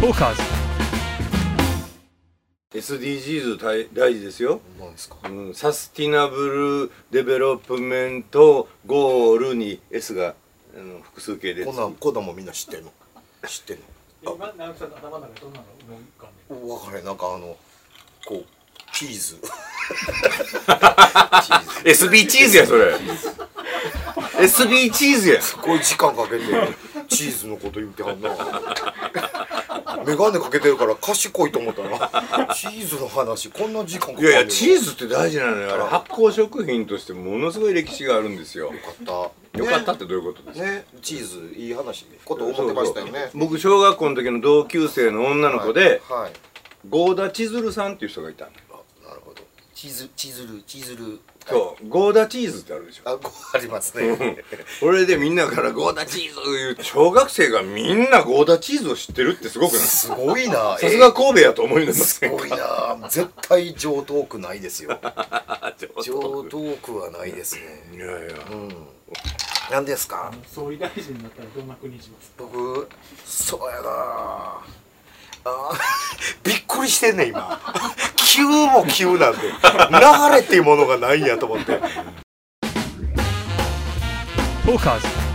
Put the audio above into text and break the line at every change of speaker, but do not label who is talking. トーカーズ
SDGs 大大事ですよ、
なんですか
うん、サスティナブルデベロップメントゴールに S が、うん、複数形で
こんなんこんなんもみんな知ってんの知ってんの
今直木さんの頭の中でどんなの思い浮かんで
あ分かれなんかあのこうチーズ
SB チーズやそれ SB チーズや
すごい時間かけてチーズのこと言ってはんな眼鏡かけてるから賢いと思ったなチーズの話こんな時間かか
い
る
やいやチー
ズ
ズって大事なのよあれ発酵食品としてものすごい歴史があるんですよ
よかった
よかったってどういうことですか
ねチーズいい話こと思ってましたよね
そうそう僕小学校の時の同級生の女の子で
はい、はい
郷田千鶴さんっていう人がいたの
あなるほどチーズチーズルチーズル
そう郷田チーズってあるでしょ
あこうありますね
それでみんなからゴーダチーズいう小学生がみんなゴーダチーズを知ってるってすごくないさ
すごいな
すが神戸やと思いますせん
ご
か
いな絶対上等区ないですよ上
い
等区はないですね
やいや
うん何ですか
る総理大臣になったらどんな国にします
僕そうやなあーびっくりしてんねん今 急も急なんで流れっていうものがないんやと思って
トーカーズ